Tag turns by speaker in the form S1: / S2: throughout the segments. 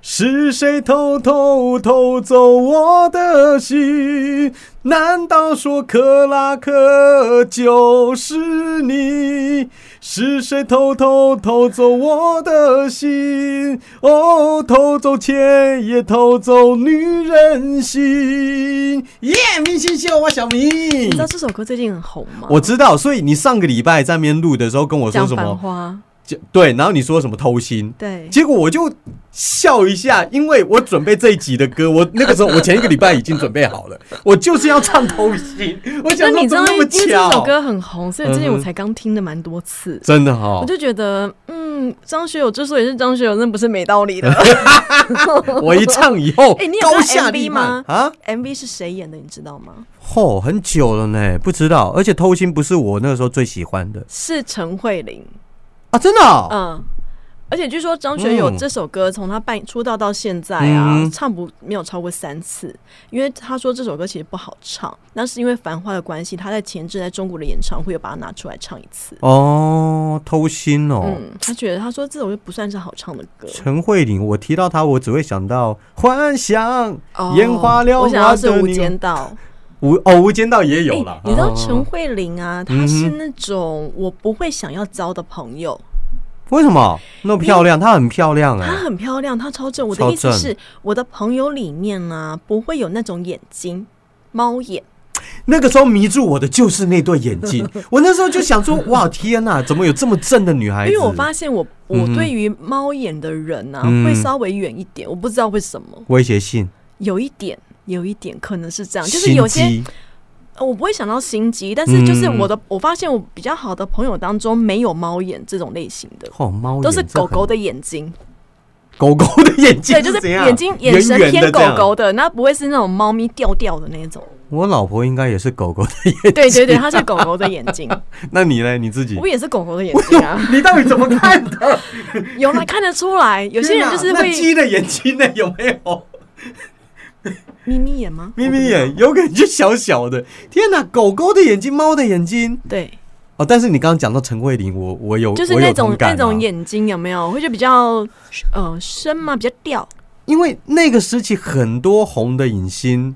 S1: 是谁偷偷偷走我的心？难道说克拉克就是你？是谁偷偷偷走我的心？哦，偷走钱也偷走女人心。耶、明星秀，我小明
S2: 你知。道这首歌最近很红吗？
S1: 我知道，所以你上个礼拜在那边录的时候跟我说
S2: 讲
S1: 什
S2: 繁
S1: 么？
S2: 花，
S1: 就对，然后你说什么偷心？
S2: 对，
S1: 结果我就笑一下，因为我准备这一集的歌，我那个时候我前一个礼拜已经准备好 了，我就是要唱偷心。 我
S2: 那
S1: 想说
S2: 你知
S1: 怎么，
S2: 道
S1: 那
S2: 因为
S1: 么
S2: 这首
S1: 巧？
S2: 歌很红，所以最近
S1: 嗯哼哦
S2: 我才刚听了蛮多次，
S1: 真的哈
S2: 我、就觉得，嗯，张学友之所以是张学友，那不是没道理的。
S1: 我一唱以后，
S2: 哎你有
S1: 嗯高
S2: 看
S1: 下
S2: MV
S1: 立判
S2: 吗
S1: 啊！
S2: MV 是谁演的，你知道吗？
S1: 嚯、很久了呢，不知道。而且偷心不是我那个时候最喜欢的
S2: 是陈慧琳，
S1: 啊，真的、哦
S2: 嗯。而且据说张学友
S1: 嗯
S2: 这首歌从他办出道到现在啊，
S1: 嗯
S2: 唱不没有超过三次，因为他说这首歌其实不好唱，那是因为《繁花》的关系，他在前阵在中国的演唱会又把它拿出来唱一次。
S1: 哦，偷心哦。
S2: 嗯，他觉得他说这首歌不算是好唱的歌，
S1: 陈慧琳，我提到她，我只会想到幻想、
S2: 哦
S1: 烟花缭
S2: 我想要
S1: 乱
S2: 是
S1: 的
S2: 《无
S1: 你
S2: 间道》
S1: 无哦，《无间道》也有了
S2: 哎。你知道
S1: 哦
S2: 陈慧琳啊，她是那种我不会想要交的朋友。
S1: 为什么那么漂亮？她很漂亮哎、
S2: 她很漂亮，她超正。我的
S1: 超
S2: 意思
S1: 正
S2: 是，我的朋友里面呢、不会有那种眼睛猫眼。
S1: 那个时候迷住我的就是那对眼睛， 我那时候就想说，哇天哪，怎么有这么正的女孩
S2: 因
S1: 子？
S2: 为我发现我我对于猫眼的人啊，会
S1: 嗯
S2: 稍微远一点，我不知道为什么，
S1: 威胁性，
S2: 有一点。有一点可能是这样，就是
S1: 心
S2: 有些
S1: 机
S2: 呃我不会想到心机，但是就是
S1: 嗯
S2: 我的，我发现我比较好的朋友当中没有猫眼这种类型的，
S1: 哦，猫眼
S2: 都是
S1: 这
S2: 狗
S1: 很
S2: 狗的 眼睛，
S1: 狗狗的眼睛，
S2: 对，就是
S1: 怎样
S2: 眼睛眼神
S1: 圆圆
S2: 偏
S1: 的
S2: 狗
S1: 这样
S2: 狗的，那不会是那种猫咪掉掉的那 种。
S1: 我老婆应该也是狗狗的 眼，
S2: 对对对，它是狗狗的眼 睛，
S1: 那你呢？你自己
S2: 我？也是狗狗的眼睛啊，
S1: 你到底怎么看的？
S2: 有吗？看得出来， 有些人就是
S1: 天哪那
S2: 会
S1: 鸡的眼睛呢？有没有？
S2: 眯眯眼吗？
S1: 眯
S2: 我不
S1: 眯
S2: 知道
S1: 眼，。有可能就小小的。天哪，狗狗的眼睛，猫的眼睛。
S2: 对，
S1: 哦，但是你刚刚讲到陈慧琳，我我有
S2: 就是
S1: 我有
S2: 那种
S1: 同感
S2: 那
S1: 啊
S2: 种眼睛有没有？会就比较呃深嘛，比较掉。
S1: 因为那个时期很多红的影星，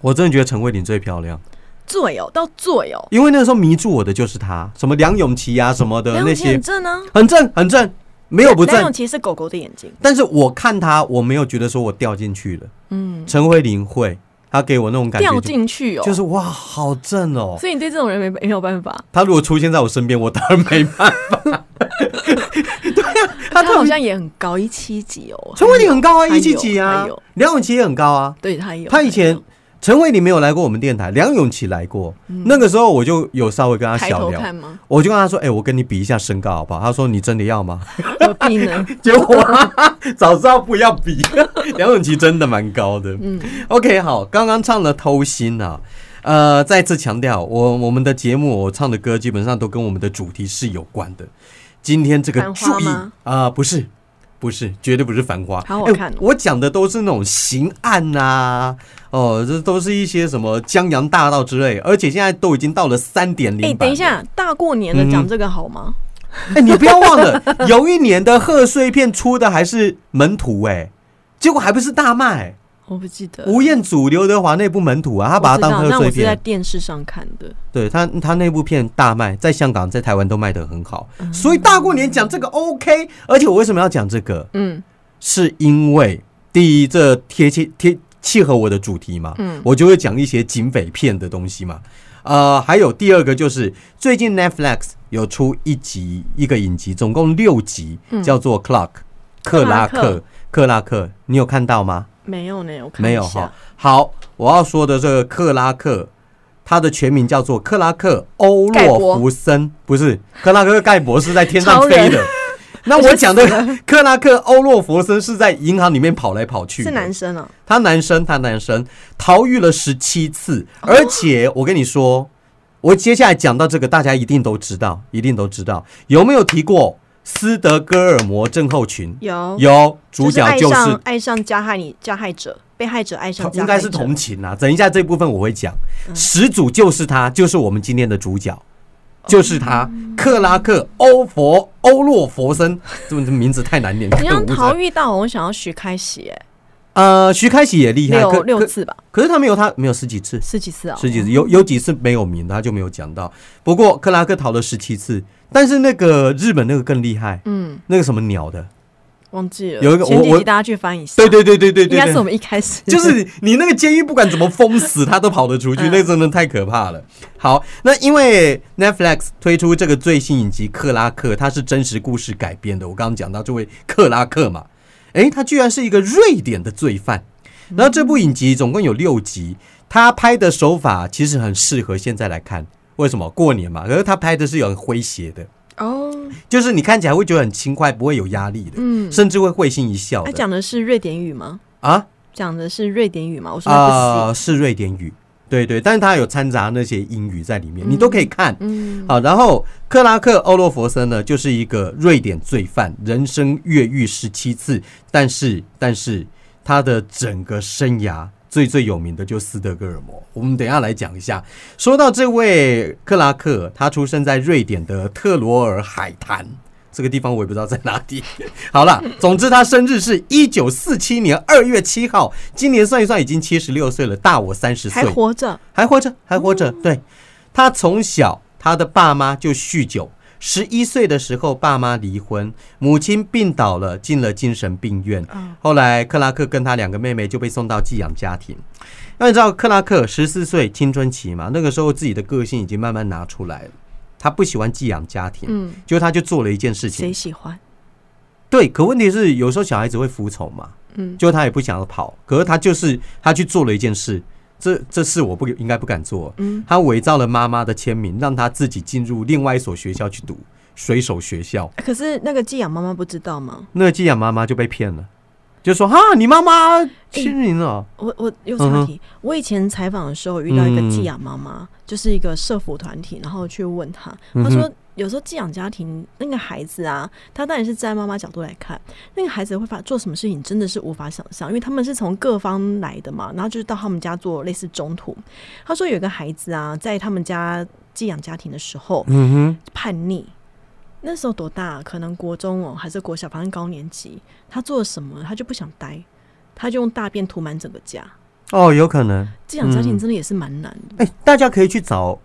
S1: 我真的觉得陈慧琳最漂亮，
S2: 醉哦，到醉哦，
S1: 因为那时候迷住我的就是她，什么梁咏琪啊什么的
S2: 梁
S1: 那
S2: 咏琪
S1: 些
S2: 很，正呢，
S1: 很正很正，没有不
S2: 梁咏
S1: 正。
S2: 琪是狗狗的眼睛，
S1: 但是我看她，我没有觉得说我掉进去了。
S2: 嗯，
S1: 陈慧琳会，她给我那种感觉
S2: 掉
S1: 就，
S2: 进去哦，
S1: 就是哇，好正哦。
S2: 所以你对这种人没没有办法。
S1: 她如果出现在我身边，我当然没办法。 对啊，她
S2: 他
S1: 特
S2: 好
S1: 别
S2: 像也很高，一七几哦，
S1: 陈慧琳很高啊，
S2: 她有
S1: 一七几啊
S2: 她有，
S1: 梁咏琪也很高啊。
S2: 对他有，
S1: 他以前陈慧琳没有来过我们电台，梁咏琪来过。那个时候我就有稍微跟他
S2: 嗯抬
S1: 啊小
S2: 头
S1: 聊
S2: 看，吗？
S1: 我就跟他说：“哎、我跟你比一下身高好不好？”他说：“你真的要吗
S2: 何必 呢？？”
S1: 结果、啊早知道不要 比。梁咏琪真的蛮高的。嗯，OK，好，刚刚唱了《偷心》啊。呃，再次强调，我我们的节目我唱的歌基本上都跟我们的主题是有关的。今天这个
S2: 繁花
S1: 注意啊
S2: 吗、
S1: 不是，不是，绝对不是繁花。
S2: 好好
S1: 哎
S2: 看哦
S1: 我讲的都是那种刑案呐、哦，这都是一些什么江洋大盗之类，而且现在都已经到了三点
S2: 哎、
S1: 零。
S2: 等一，下，大过年
S1: 嗯
S2: 的讲这个好吗？
S1: 哎，你不要忘了， 有一年的贺岁片出的还是门徒哎、结果还不是大卖。
S2: 我不记得，
S1: 吴彦祖、刘德华那部门徒啊，他
S2: 我
S1: 把它
S2: 知道
S1: 当贺
S2: 那
S1: 岁
S2: 我是在
S1: 片，
S2: 电视上看的，
S1: 对他他那部片大卖，在香港、在台湾都卖得很好，所以大过年讲这个 OK。而且我为什么要讲这个？
S2: 嗯，
S1: 是因为第一，这贴切贴契合我的主题嘛，
S2: 嗯
S1: 我就会讲一些警匪片的东西嘛。呃，还有第二个就是最近 Netflix 有出一集一个影集，总共六集，叫做 Clock 克拉
S2: 嗯克拉
S1: 克克拉克，你有看到吗？
S2: 没有呢，我看
S1: 没有
S2: 一下
S1: 哈。好，我要说的这个克拉克，它的全名叫做克拉克欧
S2: 盖
S1: 洛
S2: 博
S1: 福森，不是克拉克盖博是在天上
S2: 超
S1: 飞
S2: 人
S1: 的。 那我 讲的克拉克欧洛佛森是在银行里面跑来跑去的，
S2: 是男生啊，
S1: 他男生，他男生逃狱了十七次，
S2: 哦
S1: 而且我跟你说，我接下来讲到这个，大家一定都知道，一定都知道，有没有提过斯德哥尔摩症候群？
S2: 有
S1: 有，主
S2: 是
S1: 角
S2: 爱
S1: 就
S2: 上
S1: 是
S2: 爱上加害你加害者，被害者爱上加害者，
S1: 应该是同啊情啦。等一下这部分我会讲，始祖就是他，就是我们今天的主角。就是他，克拉克欧佛欧洛佛森，这这名字太难念。
S2: 你让
S1: 对我不知道
S2: 陶遇到，我想要徐开喜，哎
S1: 呃，徐开喜也厉害，
S2: 六
S1: 可
S2: 六
S1: 可
S2: 次吧，
S1: 可是他没有他没有十几次，
S2: 十几次啊、
S1: 十几次有有几次没有名，他就没有讲到。不过克拉克逃了十七次，但是那个日本那个更厉害，
S2: 嗯，
S1: 那个什么鸟的，
S2: 忘记了。
S1: 有一个
S2: 前
S1: 我
S2: 几
S1: 我
S2: 集大家去翻一下，
S1: 对对对对对
S2: 应该
S1: 对
S2: 是我
S1: 对，
S2: 们一开始
S1: 就是你你那个监狱不管怎么封死，他都跑得出去，
S2: 嗯
S1: 那真的太可怕了。好，那因为 Netflix 推出这个最新影集《克拉克》，它是真实故事改编的。我刚刚讲到这位克拉克嘛，诶，他居然是一个瑞典的罪犯。
S2: 嗯
S1: 然后这部影集总共有六集，他拍的手法其实很适合现在来看。为什么？过年嘛，可是他拍的是有很诙谐的，
S2: 哦，
S1: 就是你看起来会觉得很轻快，不会有压力的，
S2: 嗯，
S1: 甚至会会心一笑
S2: 他
S1: 的。
S2: 讲的是瑞典语吗？
S1: 啊
S2: 讲的是瑞典语吗？我说的不
S1: 啊、
S2: 行，
S1: 是瑞典语，对对，但是他有掺杂那些英语在里面，你都可以看。
S2: 嗯，
S1: 好，然后克拉克·欧洛佛森呢，就是一个瑞典罪犯，人生越狱十七次，但是但是他的整个生涯最最有名的就是斯德哥尔摩。我们等一下来讲一下。说到这位克拉克，他出生在瑞典的特罗尔海滩。这个地方我也不知道在哪里。 好了，总之他生日是一九四七年二月七号，今年算一算已经七十六岁了，大我三十岁
S2: 还。活着，
S1: 还活着，还活
S2: 哦
S1: 着。对，他从小他的爸妈就酗酒，十一岁的时候爸妈离婚，母亲病倒了，进了精神病院。
S2: 嗯
S1: 后来克拉克跟他两个妹妹就被送到寄养家庭。那你知道克拉克十四岁青春期嘛？那个时候自己的个性已经慢慢拿出来了，他不喜欢寄养家庭，
S2: 嗯，
S1: 就他就做了一件事情
S2: 谁，喜欢？
S1: 对，可问题是有时候小孩子会服从嘛，
S2: 嗯
S1: 就他也不想要跑，可是他就是他去做了一件事，这这事我不应该不敢做，
S2: 嗯，
S1: 他伪造了妈妈的签名，让他自己进入另外一所学校去读水手学校，
S2: 啊可是那个寄养妈妈不知道吗？
S1: 那寄养妈妈就被骗了，就说哈你妈妈亲哦你了，
S2: 我我
S1: 嗯
S2: 又插题，我以前采访的时候遇到一个寄养妈妈，就是一个社服团体，然后去问她，她
S1: 嗯
S2: 说有时候寄养家庭那个孩子啊，他当然是站在妈妈角度来看，那个孩子会发做什么事情真的是无法想象，因为他们是从各方来的嘛，然后就是到他们家做类似中途。她说有一个孩子啊，在他们家寄养家庭的时候
S1: 嗯哼，
S2: 叛逆。那时候多大？啊可能国中哦，还是国小，反正高年级。他做了什么，他就不想待，他就用大便涂满整个家。
S1: 哦有可能，
S2: 寄养家庭
S1: 嗯
S2: 真的也是蛮难的。
S1: 哎、大家可以去找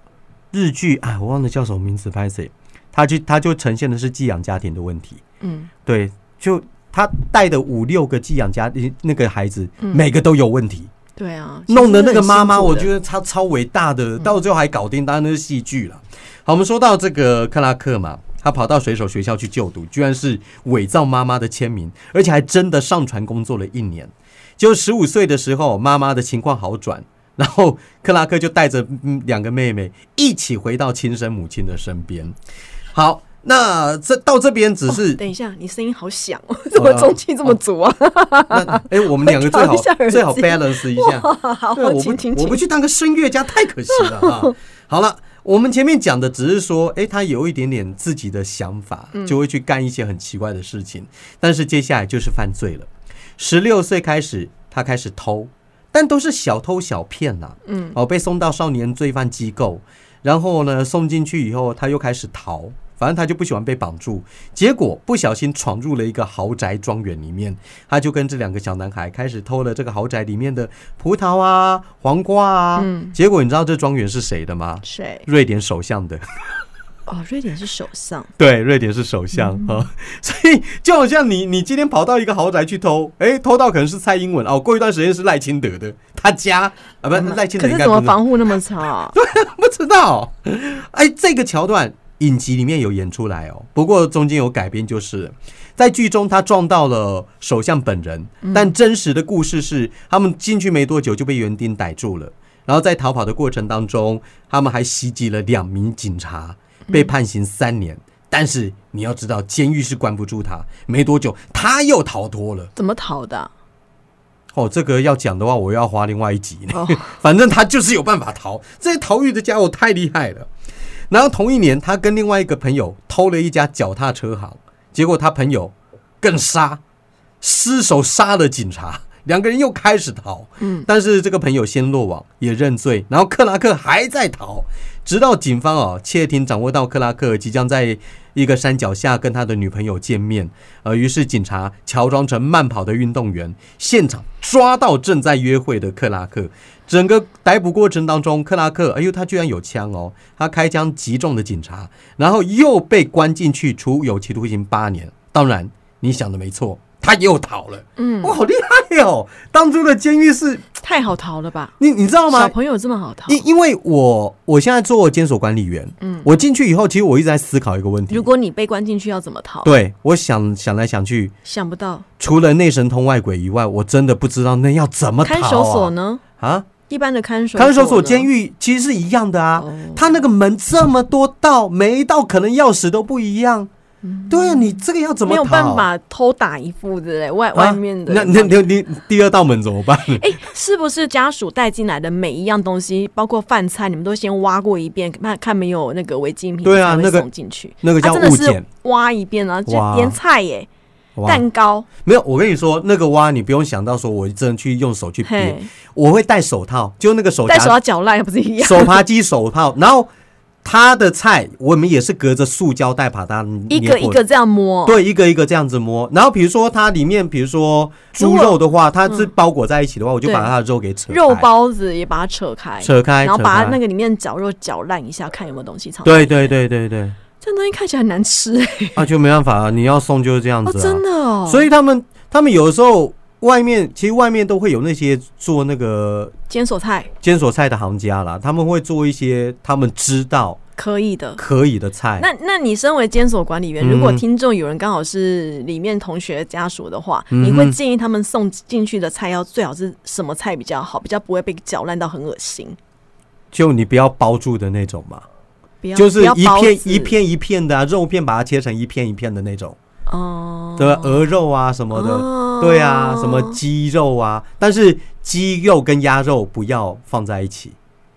S1: 日剧，哎我忘了叫什么名字，拍谁，他就他就呈现的是寄养家庭的问题，
S2: 嗯，
S1: 对，就他带的五六个寄养家那个孩子，
S2: 嗯
S1: 每个都有问题。
S2: 对啊，
S1: 弄得那个妈妈，我觉
S2: 得
S1: 得她超伟大
S2: 嗯
S1: 的，到最后还搞定，当然那是戏剧了。好，我们说到这个克拉克嘛，他跑到水手学校去就读，居然是伪造妈妈的签名，而且还真的上船工作了一年。结果十五岁的时候，妈妈的情况好转，然后克拉克就带着嗯两个妹妹一起回到亲生母亲的身边。好，那这到这边只是
S2: 等一下，你声音好响哦，
S1: 啊
S2: 怎么中气这么足啊？
S1: 那哎、我们两个最好
S2: 我调一下耳机
S1: 最好 balance 一下。
S2: 好
S1: 对，，啊我
S2: 请请
S1: 不我不
S2: 请。
S1: 去当个声乐家太可惜了 哈。好了，我们前面讲的只是说，诶，他有一点点自己的想法，
S2: 嗯
S1: 就会去干一些很奇怪的事情。但是接下来就是犯罪了。十六岁开始，他开始偷，但都是小偷小骗呐、
S2: 嗯，
S1: 哦，被送到少年罪犯机构，然后呢送进去以后，他又开始逃，反正他就不喜欢被绑住，结果不小心闯入了一个豪宅庄园里面，他就跟这两个小男孩开始偷了这个豪宅里面的葡萄啊、黄瓜啊，
S2: 嗯
S1: 结果你知道这庄园是谁的吗？
S2: 谁？
S1: 瑞典首相的，
S2: 哦，瑞典是首相，
S1: 对，瑞典是首相
S2: 嗯
S1: 啊、哦 所以就好像你你今天跑到一个豪宅去偷，诶，偷到可能是蔡英文哦，过一段时间是赖清德的，他家啊不赖清德
S2: 嗯可
S1: 应
S2: 是
S1: 该
S2: 怎
S1: 不
S2: 么
S1: 是
S2: 防护那么差啊？
S1: 不知道。哎，这个桥段影集里面有演出来哦，不过中间有改编，就是在剧中他撞到了首相本人，但真实的故事是他们进去没多久就被园丁逮住了，然后在逃跑的过程当中，他们还袭击了两名警察，被判刑三年。但是你要知道，监狱是关不住他，没多久他又逃脱了。
S2: 怎么逃的啊？
S1: 哦，这个要讲的话，我要花另外一集呢。
S2: 哦
S1: 反正他就是有办法逃，这些逃狱的家伙太厉害了。然后同一年，他跟另外一个朋友偷了一家脚踏车行，结果他朋友更杀，失手杀了警察，两个人又开始逃。
S2: 嗯，
S1: 但是这个朋友先落网，也认罪，然后克拉克还在逃，直到警方哦窃听掌握到克拉克即将在一个山脚下跟他的女朋友见面，呃，于是警察乔装成慢跑的运动员，现场抓到正在约会的克拉克。整个逮捕过程当中，克拉克，哎呦，他居然有枪哦！他开枪击中了警察，然后又被关进去，处有期徒刑八年。当然，你想的没错，他又逃了。
S2: 嗯，
S1: 哇，好厉害哦！当初的监狱是
S2: 太好逃了吧？
S1: 你，你知道吗
S2: 小？朋友这么好逃，
S1: 因因为我我现在做监所管理员，
S2: 嗯，
S1: 我进去以后，其实我一直在思考一个问题
S2: 如。果哦你被关进去要怎么逃？
S1: 对，我想想来想去，
S2: 想不到，
S1: 除了内神通外鬼以外，我真的不知道那要怎么逃、
S2: 看
S1: 啊。
S2: 守所呢？
S1: 啊，
S2: 一般的看守
S1: 看守所、
S2: 呢
S1: 监狱其实是一样的啊。
S2: 哦
S1: 他那个门这么多道，每一道可能钥匙都不一样。对啊，你这个要怎么
S2: 嗯没有
S1: 逃
S2: 办法偷打一副之类外、
S1: 啊
S2: 外面的
S1: 那那那你第二道门怎么 办？
S2: 哎、是不是家属带进来的每一样东西，包括饭菜，你们都先挖过一遍，看看没有那个违禁品，
S1: 对啊
S2: 才会
S1: 那个
S2: 送进去，
S1: 那个
S2: 他
S1: 叫
S2: 真的
S1: 物
S2: 是
S1: 件。
S2: 挖一遍啊，就
S1: 哇
S2: 连菜耶、
S1: 哇，
S2: 蛋糕，
S1: 没有，我跟你说，那个蛙你不用想到说我真的去用手去
S2: 嘿
S1: 别，，我会戴手套，就那个手
S2: 戴手
S1: 夹
S2: 要脚赖不是一 样？
S1: 手扒鸡手套，然后它的菜我们也是隔着塑胶袋把它捏
S2: 一个
S1: 过
S2: 一个这样摸，
S1: 对，一个一个这样子摸。然后比如说它里面，比如说猪肉的话，它是包裹在一起的话，我就把它的肉给扯开
S2: 肉包子也把它扯开，
S1: 扯开，
S2: 然后
S1: 扯
S2: 把
S1: 开
S2: 它那个里面绞肉绞烂一下，看有没有东西藏。，
S1: 对对对对对，
S2: 这样东西看起来很难吃、哎
S1: 啊，就没办法啊，你要送就是这样
S2: 哦，
S1: 子、啊
S2: 真的哦，
S1: 所以他们他们有的时候外面其实外面都会有那些做那个
S2: 检索菜
S1: 监所菜的行家啦，他们会做一些他们知道
S2: 可以的。
S1: 可以的菜。
S2: 那那你身为监所管理员，
S1: 嗯
S2: 如果听众有人刚好是里面同学家属的话，
S1: 嗯哼
S2: 你会建议他们送进去的菜要最好是什么菜比较好，比较不会被搅烂到很恶心？
S1: 就你不要包住的那种嘛，
S2: 不要
S1: 就是
S2: 不要
S1: 一
S2: 包
S1: 片
S2: 子
S1: 一片一片的、啊、肉片，把它切成一片一片的那种，
S2: 哦，
S1: 对吧？鹅肉啊什么的，
S2: 哦
S1: 对啊，什么鸡肉啊，但是鸡肉跟鸭肉不要放在一起，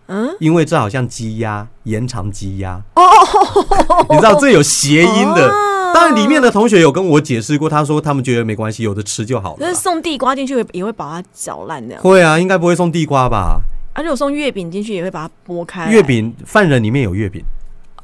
S2: 嗯
S1: 因为这好像鸡鸭延长鸡鸭，
S2: 哦
S1: 你知道这有谐音的。
S2: 哦
S1: 当然，里面的同学有跟我解释过，他说他们觉得没关系，有的吃就好了
S2: 就
S1: 啦
S2: 是。送地瓜进去也也会把它搅烂这样，
S1: 会啊，应该不会送地瓜吧？
S2: 而且我送月饼进去也会把它剥开来。
S1: 月饼，犯人里面有月饼。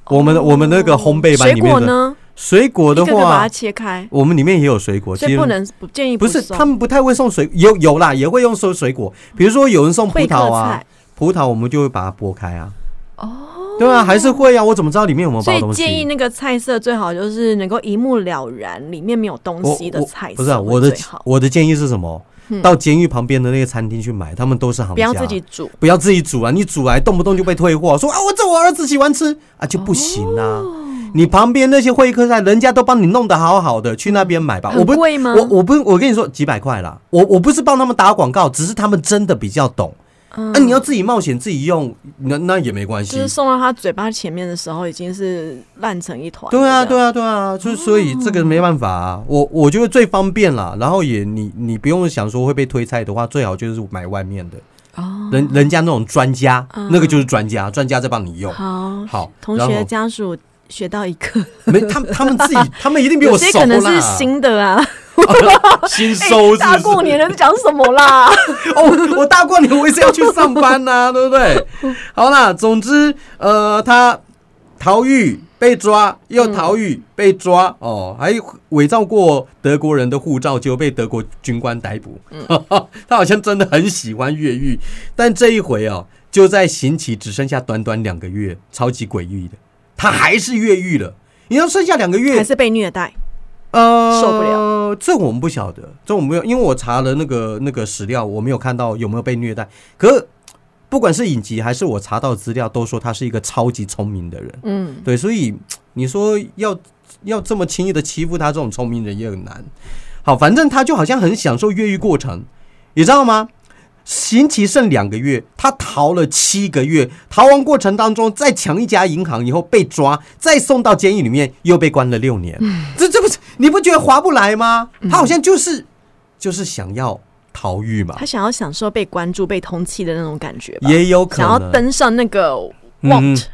S1: 我们的我们那个烘焙班
S2: 水
S1: 里
S2: 果
S1: 面的
S2: 呢，
S1: 水果
S2: 一
S1: 的
S2: 个个把
S1: 话
S2: 它，切开，
S1: 我们里面也有水果，
S2: 所
S1: 其
S2: 以
S1: 实
S2: 不能不建议
S1: 不是
S2: 送嗯
S1: 他们不太会送水，有有啦，也会用送水果，比如说有人送葡
S2: 会客
S1: 萄啊
S2: 菜，
S1: 葡萄我们就会把它剥开啊。哦，对啊，还是会啊，我怎么知道里面有没有
S2: 所
S1: 包
S2: 以
S1: 东西？
S2: 建议那个菜色最好就是能够一目了然，里面没有东
S1: 我
S2: 西的
S1: 我
S2: 菜色
S1: 不是、啊、
S2: 会
S1: 我的
S2: 最好，嗯
S1: 我的建议是什么？到监狱旁边的那个餐厅去买，他们都是行家，
S2: 不要自己煮。
S1: 不要自己煮啊！你煮来动不动就被退货，说啊我这我儿子喜欢吃啊就不行啊。
S2: 哦
S1: 你旁边那些会客菜，人家都帮你弄得好好的，去那边买吧。
S2: 很
S1: 我不
S2: 贵吗
S1: 我我不我跟你说几百块啦，我我不是帮他们打广告，只是他们真的比较懂。
S2: 嗯
S1: 那、你要自己冒险自己用，那那也没关系。
S2: 就是送到他嘴巴前面的时候，已经是烂成一团了。
S1: 对啊，
S2: 这样
S1: 对啊，对啊，
S2: 哦
S1: 就是所以这个没办法啊，我我觉得最方便啦。然后也你你不用想说会被推菜的话，最好就是买外面的，
S2: 哦，
S1: 人人家那种专家，
S2: 嗯
S1: 那个就是专家，专家在帮你用。
S2: 好，
S1: 好，
S2: 同
S1: 然
S2: 学
S1: 后
S2: 家属学到一 个，
S1: 没他们他们自己他们一定比
S2: 有
S1: 我
S2: 些
S1: 熟
S2: 可能
S1: 啦
S2: 是新 的啊，哎
S1: 新收是不是
S2: 大过年的在讲什么 啦？
S1: 哦，我大过年我也是要去上班呐、 对不对？好啦，总之呃，他逃狱被抓，又
S2: 嗯
S1: 逃狱被抓，哦，还伪造过德国人的护照，结果被德国军官逮捕。
S2: 嗯
S1: 他好像真的很喜欢越狱，但这一回哦，就在刑期只剩下短短两个月，超级诡异的，他还是越狱了。你要剩下两个月
S2: 还，是被虐待？
S1: 呃，
S2: 受不
S1: 了。这我们不晓得，这我们没有，因为我查了那个那个史料，我没有看到有没有被虐待。可是不管是影集还是我查到的资料，都说他是一个超级聪明的人。
S2: 嗯，
S1: 对，所以你说要要这么轻易的欺负他这种聪明人也很难。好，反正他就好像很享受越狱过程，你知道吗？刑期剩两个月，他逃了七个月，逃亡过程当中再抢一家银行以后被抓，再送到监狱里面又被关了六年，这这不是你不觉得划不来吗？
S2: 嗯
S1: 他好像就是、就是想要逃狱嘛
S2: 他，想要享受被关注、被通缉的那种感觉吧，
S1: 也有可
S2: 想
S1: 能
S2: 要登上那个
S1: 嗯
S2: want，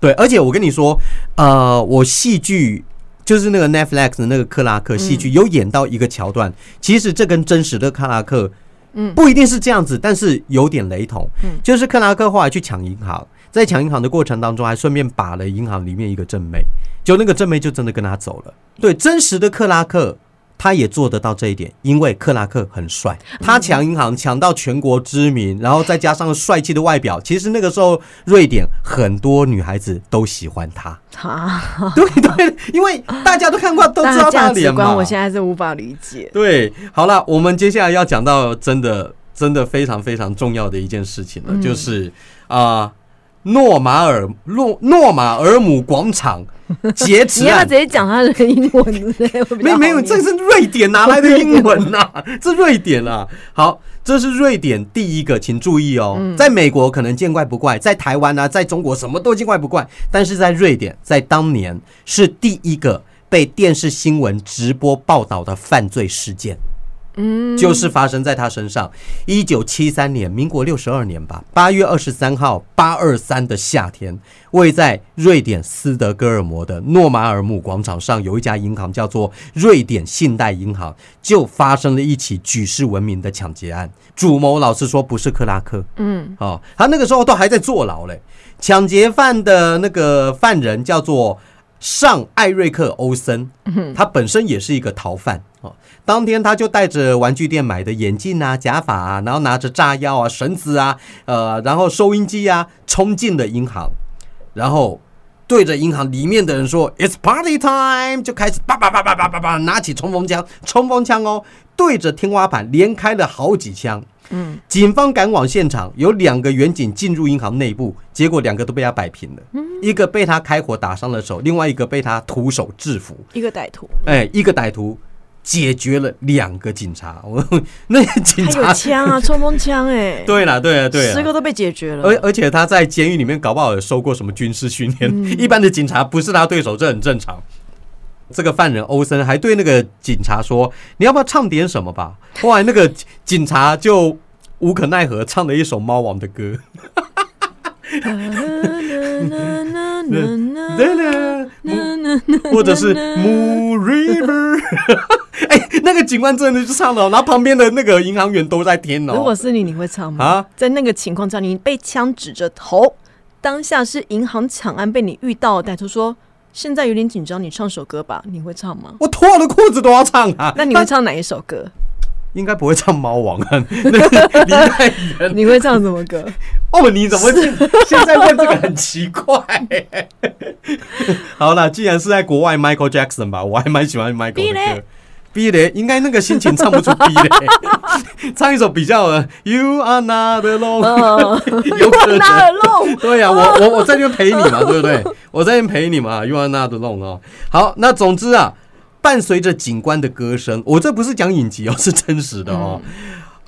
S1: 对，而且我跟你说，呃，我戏剧就是那个 Netflix 的那个克拉
S2: 嗯
S1: 克戏剧、有演到一个桥段，其实这跟真实的克拉克，
S2: 嗯
S1: 不一定是这样子，但是有点雷同。
S2: 嗯
S1: 就是克拉克后来去抢银行，在抢银行的过程当中，还顺便把了银行里面一个正妹，就那个正妹就真的跟他走了。对，真实的克拉克。他也做得到这一点，因为克拉克很帅，
S2: 嗯
S1: 他抢银行抢到全国知名，然后再加上帅气的外表，其实那个时候瑞典很多女孩子都喜欢 他。
S2: 啊，
S1: 对对，因为大家都看过，都知道
S2: 那
S1: 他
S2: 价
S1: 的
S2: 值
S1: 脸
S2: 观
S1: 嘛
S2: 我。现在是无法理解。
S1: 对，好了，我们接下来要讲到真的真的非常非常重要的一件事情了，
S2: 嗯
S1: 就是啊、诺马尔诺诺马尔姆广 场劫
S2: 你
S1: 持
S2: 要不要
S1: 案
S2: 直。接讲他的英文 之类？我比较
S1: 没有没有，
S2: 好念
S1: 这是瑞典哪来的英文呐、 这瑞典啊，好，这是瑞典第一个，请注意哦。
S2: 嗯
S1: 在美国可能见怪不怪，在台湾啊，在中国什么都见怪不怪，但是在瑞典，在当年是第一个被电视新闻直播报道的犯罪事件。
S2: 嗯，
S1: 就是发生在他身上。一九七三年，民国六十二年吧，八月二十三号，八二三的夏天，位在瑞典斯德哥尔摩的诺马尔姆广场上有一家银行，叫做瑞典信贷银行，就发生了一起举世闻名的抢劫案。主谋老实说不是克拉克，
S2: 嗯
S1: 哦，他那个时候都还在坐牢嘞。抢劫犯的那个犯人叫做上艾瑞克·欧森，他本身也是一个逃犯哦。当天他就带着玩具店买的眼镜啊、假发啊，然后拿着炸药啊、绳子啊，呃，然后收音机啊，冲进了银行，然后。对着银行里面的人说 “It's party time”，就开始叭叭叭叭叭叭叭，拿起冲锋枪，冲锋枪哦，对着天花板连开了好几枪，
S2: 嗯，
S1: 警方赶往现场，有两个远警进入银行内部，结果两个都被他摆平了，
S2: 嗯
S1: 一个被他开火打伤了手，另外一个被他徒手制服。
S2: 一个歹徒，
S1: 哎，一个歹徒解决了两个警察， 我那个警
S2: 他有
S1: 察，
S2: 枪 啊，冲锋枪哎，
S1: 对啦，对啦，对啊
S2: 十个
S1: 啦。
S2: 都被解决
S1: 而
S2: 了。
S1: 而且他在监狱里面搞不好有受过什么军事训练，
S2: 嗯
S1: 一般的警察不是他对手，这很正常。这个犯人欧森还对那个警察说：“你要不要唱点什么吧？”后来那个警警察就无可奈何唱了一首《猫王》的歌。呃或者是 Moo River，哎、那个警官真的就唱了哦，然后旁边的那个银行员都在听
S2: 如果
S1: 哦。
S2: 是你，你会唱吗？
S1: 啊，
S2: 在那个情况下，你被枪指着头，当下是银行抢案被你遇到的歹徒说，现在有点紧张，你唱首歌吧，你会唱吗？
S1: 我脱了裤子都要唱啊！
S2: 那你会唱哪一首 歌？
S1: 应该不会唱《猫王》啊， 那个离太远。
S2: 你会唱什么 歌？
S1: 哦，你怎么现 现在问这个很奇怪、 好了，既然是在国外，Michael Jackson 吧，我还蛮喜欢 Michael
S2: 逼
S1: 的
S2: 嘞
S1: 歌。逼嘞，应该那个心情唱不出逼嘞， 唱一首比较呃 You are not alone，
S2: 嗯，
S1: 有可能。
S2: 那耳 聋。
S1: 对呀、我我我在这边陪你嘛，对不对？ 我在这边陪你嘛，You are not alone 哦。好，那总之啊，伴随着警官的歌声，我这不是讲影集哦，是真实的哦。
S2: 嗯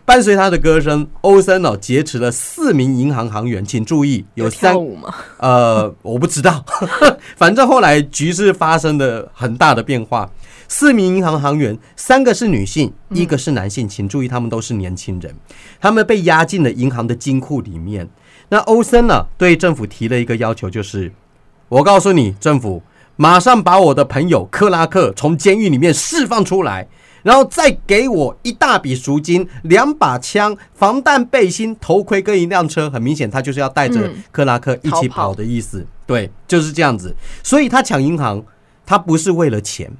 S1: 伴随他的歌声，欧森哦劫持了四名银行行员，请注意，有三
S2: 跳舞吗？
S1: 呃，我不知道， 反正后来局势发生了很大的变化。四名银行行员，三个是女性，
S2: 嗯
S1: 一个是男性，请注意，他们都是年轻人，他们被押进了银行的金库里面。那欧森呢、对政府提了一个要求，就是我告诉你，政府马上把我的朋友克拉克从监狱里面释放出来，然后再给我一大笔赎金、两把枪、防弹背心、头盔跟一辆车。很明显，他就是要带着
S2: 嗯
S1: 克拉克一起
S2: 逃
S1: 跑
S2: 跑
S1: 的意思。对，就是这样子。所以他抢银行，他不是为了钱。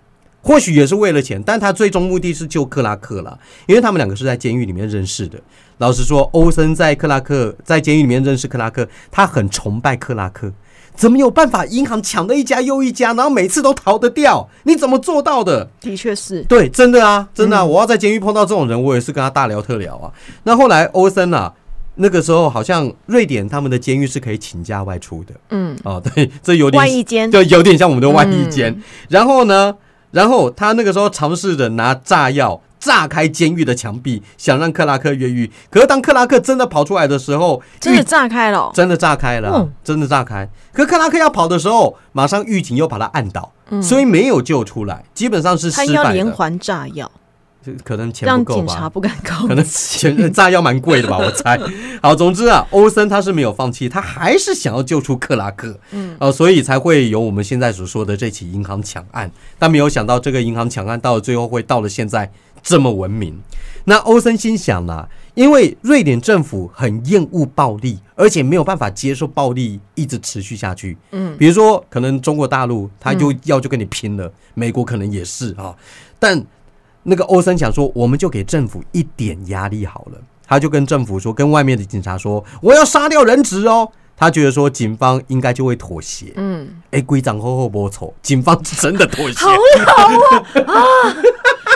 S1: 或许也是为了钱，但他最终目的是救克拉克了，因为他们两个是在监狱里面认识的。老实说，欧森在克拉克在监狱里面认识克拉克，他很崇拜克拉克。怎么有办法？银行抢的一家又一家，然后每次都逃得掉，你怎么做到的？
S2: 的确是，
S1: 对，真的啊，真的、
S2: 嗯
S1: 啊，我要在监狱碰到这种人，我也是跟他大聊特聊啊。那后来欧森啊，那个时候好像瑞典他们的监狱是可以请假外出的
S2: 嗯，
S1: 哦，对，这有点
S2: 万一间嗯
S1: 对，有点像我们的外衣间。然后呢，然后他那个时候尝试着拿炸药炸开监狱的墙壁，想让克拉克越狱。可是当克拉克真的跑出来的时候，
S2: 真的
S1: 狱
S2: 炸开了哦，
S1: 真的炸开了啊、
S2: 嗯
S1: 真的炸开。可克拉克要跑的时候，马上狱警又把他按倒，所以没有救出来，基本上是
S2: 嗯他
S1: 失
S2: 应该要
S1: 败
S2: 连
S1: 的。
S2: 环炸药，
S1: 就可能钱不
S2: 让
S1: 够
S2: 警
S1: 吧
S2: 察。不敢告
S1: 可能钱炸药蛮贵的吧，我猜。好，总之啊，欧森他是没有放弃，他还是想要救出克拉克，嗯，呃，所以才会有我们现在所说的这起银行抢案。但没有想到这个银行抢案到了最后会到了现在这么文明。那欧森心想啊啦、因为瑞典政府很厌恶暴力，而且没有办法接受暴力一直持续下去。
S2: 嗯，
S1: 比如说可能中国大陆他就要就跟你拼了，美国可能也是啊，但那个欧森想说，我们就给政府一点压力好了。他就跟政府说，跟外面的警察说，我要杀掉人质哦。他觉得说，警方应该就会妥协。
S2: 嗯，
S1: 哎、规长厚厚不丑，警方真的妥协
S2: 好。啊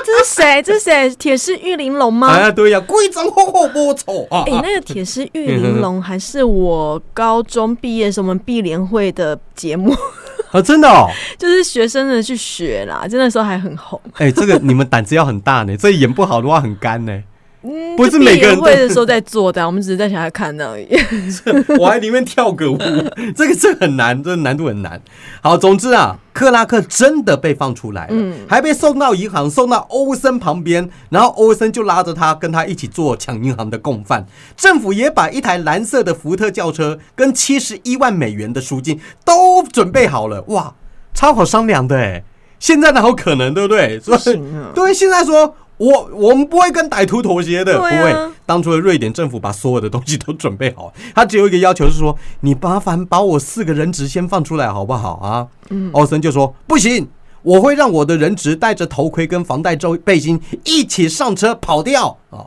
S2: 这是谁？这是谁？铁狮玉玲珑吗？
S1: 哎呀，对呀、规长厚厚不丑啊嗯
S2: 哎、！那个铁狮玉玲珑还是我高中毕业时候我们毕联会的节目，
S1: 啊，真的哦，
S2: 就是学生的去学啦，就那时候还很红。
S1: 哎、这个你们胆子要很大呢，这演不好的话很干呢。
S2: 嗯，
S1: 不是每个人
S2: 就
S1: 都
S2: 毕业会的时候在做的啊、我们只是在想要看而已。
S1: 我还宁愿跳个舞，这个这个很难，这个难度很难。好，总之啊，克拉克真的被放出来了，
S2: 嗯
S1: 还被送到银行，送到欧森旁边，然后欧森就拉着他跟他一起做抢银行的共犯。政府也把一台蓝色的福特轿车跟七十一万美元的赎金都准备好了，哇，超好商量的哎。现在哪有可能，对不对？所以
S2: 不行啊
S1: 对，现在说我我们不会跟歹徒妥协的，
S2: 对
S1: 不
S2: 啊
S1: 会。当初的瑞典政府把所有的东西都准备好， 他只有一个要求是说，你麻烦把我四个人质先放出来好不好啊？嗯，奥森就说不行，我会让我的人质戴着头盔跟防弹周背心一起上车跑掉啊。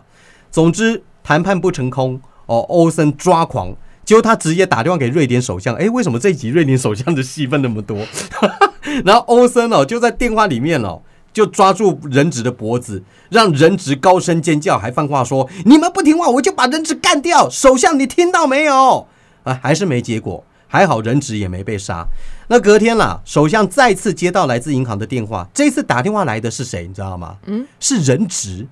S1: 总之，谈判不成功哦，欧森抓狂。结果他直接打电话给瑞典首相，诶，为什么这一集瑞典首相的戏份那么多？然后欧森哦就在电话里面哦，就抓住人质的脖子，让人质高声尖叫，还放话说：“你们不听话，我就把人质干掉！”首相，你听到没有？啊，还是没结果。还好人质也没被杀。那隔天啦，首相再次接到来自银行的电话，这次打电话来的是谁？你知道吗？嗯，是人质。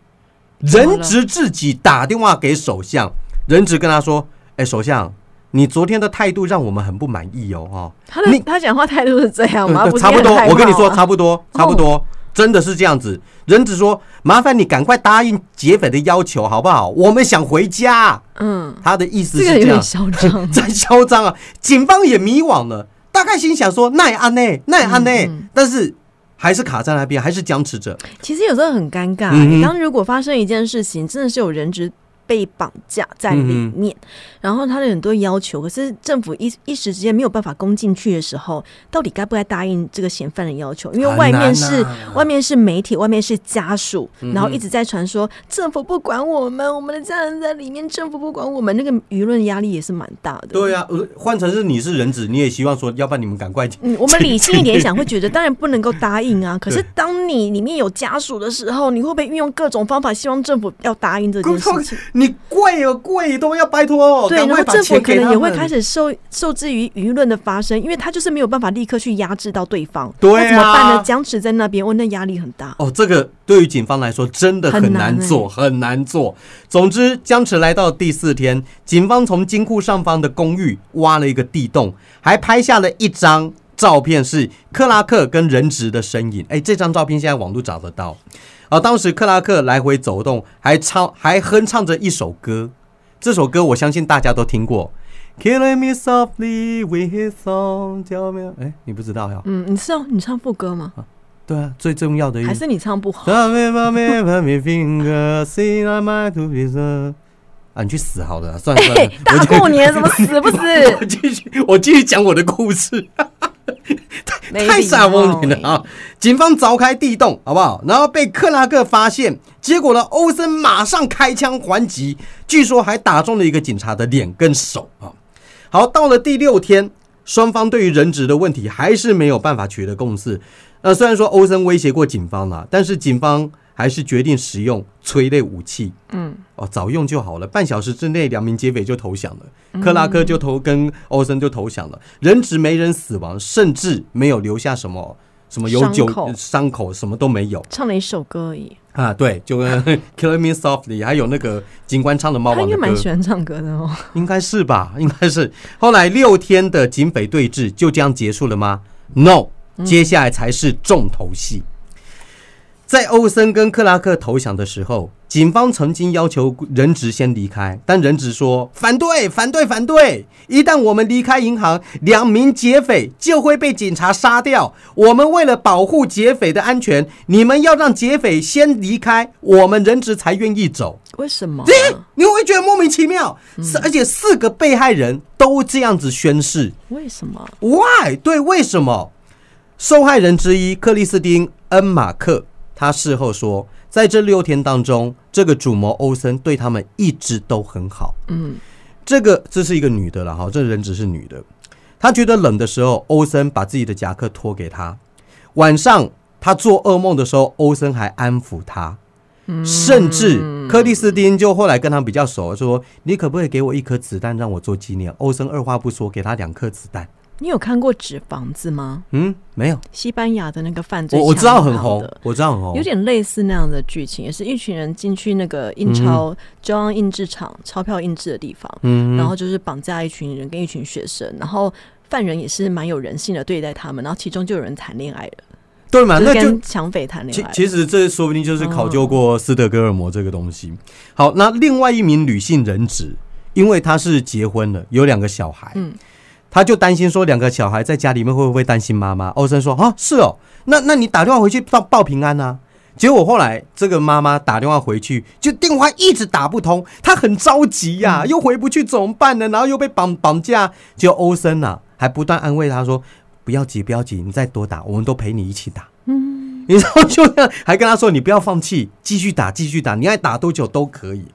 S2: 怎么
S1: 人
S2: 了
S1: 质自己打电话给首相，人质跟他说：“哎，首相，你昨天的态度让我们很不满意哦，哦，
S2: 他的
S1: 你
S2: 他讲话态度是这 样吗？
S1: 嗯
S2: 不是
S1: 差不多
S2: 也很害，怕
S1: 我跟你说，
S2: 吗
S1: 差不多，差不
S2: 哦
S1: 多，真的是这样子。人质说：“麻烦你赶快答应劫匪的要求，好不好？我们想回家。
S2: 嗯”，
S1: 他的意思
S2: 这
S1: 是
S2: 个有
S1: 这样。
S2: 点，嚣张
S1: 真嚣张啊！警方也迷惘了，大概心想说：“那也安内，那也安内。
S2: 嗯
S1: 但是还是卡在那边，还是僵持着。
S2: 其实有时候很尴尬、
S1: 嗯哼
S2: 当如果发生一件事情，真的是有人质被绑架在里
S1: 嗯
S2: 面，然后他的很多要求，可是政府一一时之间没有办法攻进去的时候，到底该不该答应这个嫌犯的要求？因为
S1: 很
S2: 外面
S1: 难
S2: 是、
S1: 啊嗯
S2: 外面是媒体，外面是家属，然后一直在传说、政府不管我们，我们的家人在里面，政府不管我们，那个舆论压力也是蛮大的。
S1: 对呀、呃换成是你是人质，你也希望说，要不然你们赶快。
S2: 嗯，我们理性一点想，会觉得当然不能够答 应啊。可是当你里面有家属的时候，你会不会运用各种方法，希望政府要答应这件事情？
S1: 你跪啊跪都要拜托，哦
S2: 对，
S1: 赶
S2: 然
S1: 快
S2: 后
S1: 把
S2: 政府
S1: 钱
S2: 可
S1: 给
S2: 能
S1: 他
S2: 也会
S1: 们
S2: 开始受受制于舆论的发生，因为他就是没有办法立刻去压制到对方，
S1: 对啊
S2: 那怎么办呢？僵持在那边，哦，那压力很大。
S1: 哦，这个对于警方来说真的很难做，很难,、做。总之，僵持来到第四天，警方从金库上方的公寓挖了一个地洞，还拍下了一张照片，是克拉克跟人质的身影。哎，这张照片现在网络找得到。啊，当时克拉克来回走动，还唱还哼唱着一首歌，这首歌我相信大家都听过。Killing me softly with his song, tell me。哎，你不知道呀？
S2: 嗯，你唱你唱副歌吗？
S1: 对啊，最重要的一
S2: 还是你唱不 好？
S1: Tell me, tell me, tell me, finger, see my mind to be so- 啊，你去死好了，算了算
S2: 嘿
S1: 了，，
S2: 大过年怎么 死不死？
S1: 我继续，我继续讲我的故事，
S2: 没
S1: 太
S2: 礼
S1: 傻
S2: 貌
S1: 蒙你了
S2: 欸！
S1: 啊！警方凿开地洞，好不好？然后被克拉克发现，结果呢，欧森马上开枪还击，据说还打中了一个警察的脸跟手啊。好，到了第六天，双方对于人质的问题还是没有办法取得共识。那虽然说欧森威胁过警方啦，但是警方还是决定使用催泪武器。
S2: 嗯，
S1: 哦，早用就好了，半小时之内两名劫匪就投降
S2: 嗯
S1: 了，克拉克就投跟欧森就投降了，人质没人死亡，甚至没有留下什么什么有
S2: 伤
S1: 酒
S2: 口
S1: 伤口，什么都没有
S2: 唱了一首歌而已。
S1: 啊。对，就跟 Killing Me Softly，还有那个警官唱的猫
S2: 他
S1: 王
S2: 应该
S1: 的歌
S2: 蛮，喜欢唱歌的哦。
S1: 应该是吧？应该是。后来六天的警匪对峙就这样结束了吗？No，接下来才是重头戏。在欧森跟克拉克投降的时候，警方曾经要求人质先离开，但人质说反对，反对，反对！一旦我们离开银行，两名劫匪就会被警察杀掉。我们为了保护劫匪的安全，你们要让劫匪先离开，我们人质才愿意走。
S2: 为 什么？啊
S1: 你会不会觉得莫名其妙？是、而且四个被害人都这样子宣誓
S2: 为什么？
S1: ，Why？对，为什么？受害人之一克里斯汀·恩马克，他事后说，在这六天当中，这个主谋欧森对他们一直都很好。
S2: 嗯，
S1: 这个这是一个女的了哈，这人质是女的。她觉得冷的时候，欧森把自己的夹克脱给她。晚上她做噩梦的时候，欧森还安抚她。甚至柯蒂斯汀就后来跟他比较熟，说：“你可不可以给我一颗子弹让我做纪念？”欧森二话不说给他两颗子弹。
S2: 你有看过《纸房子》吗？
S1: 嗯，没有，
S2: 西班牙的那个犯罪
S1: 我我知道很
S2: 强暴
S1: 红
S2: 的，
S1: 我知道很红
S2: 有。点类似那样的剧情，也是一群人进去那个印钞中央印制厂、钞票印制的地方，
S1: 嗯
S2: 然后就是绑架一群人跟一群学生，然后犯人也是蛮有人性的对待他们，然后其中就有人谈恋爱了，
S1: 对嘛？啊那
S2: 就
S1: 就是
S2: 跟抢匪谈恋
S1: 其
S2: 爱。
S1: 其实这说不定就是考究过斯德哥尔摩这个东西。好，那另外一名女性人质，因为她是结婚了，有两个小孩，
S2: 嗯
S1: 她就担心说两个小孩在家里面会不会担心妈妈。欧森说啊，是哦，那那你打电话回去报报平安啊。结果后来这个妈妈打电话回去，就电话一直打不通，她很着急呀、又回不去怎么办呢？然后又被绑绑架，就欧森呐、啊，还不断安慰她说。不要急，不要急，你再多打，我们都陪你一起打。你知道 就这样，还跟他说你不要放弃，继续打，继续打，你爱打多久都可以。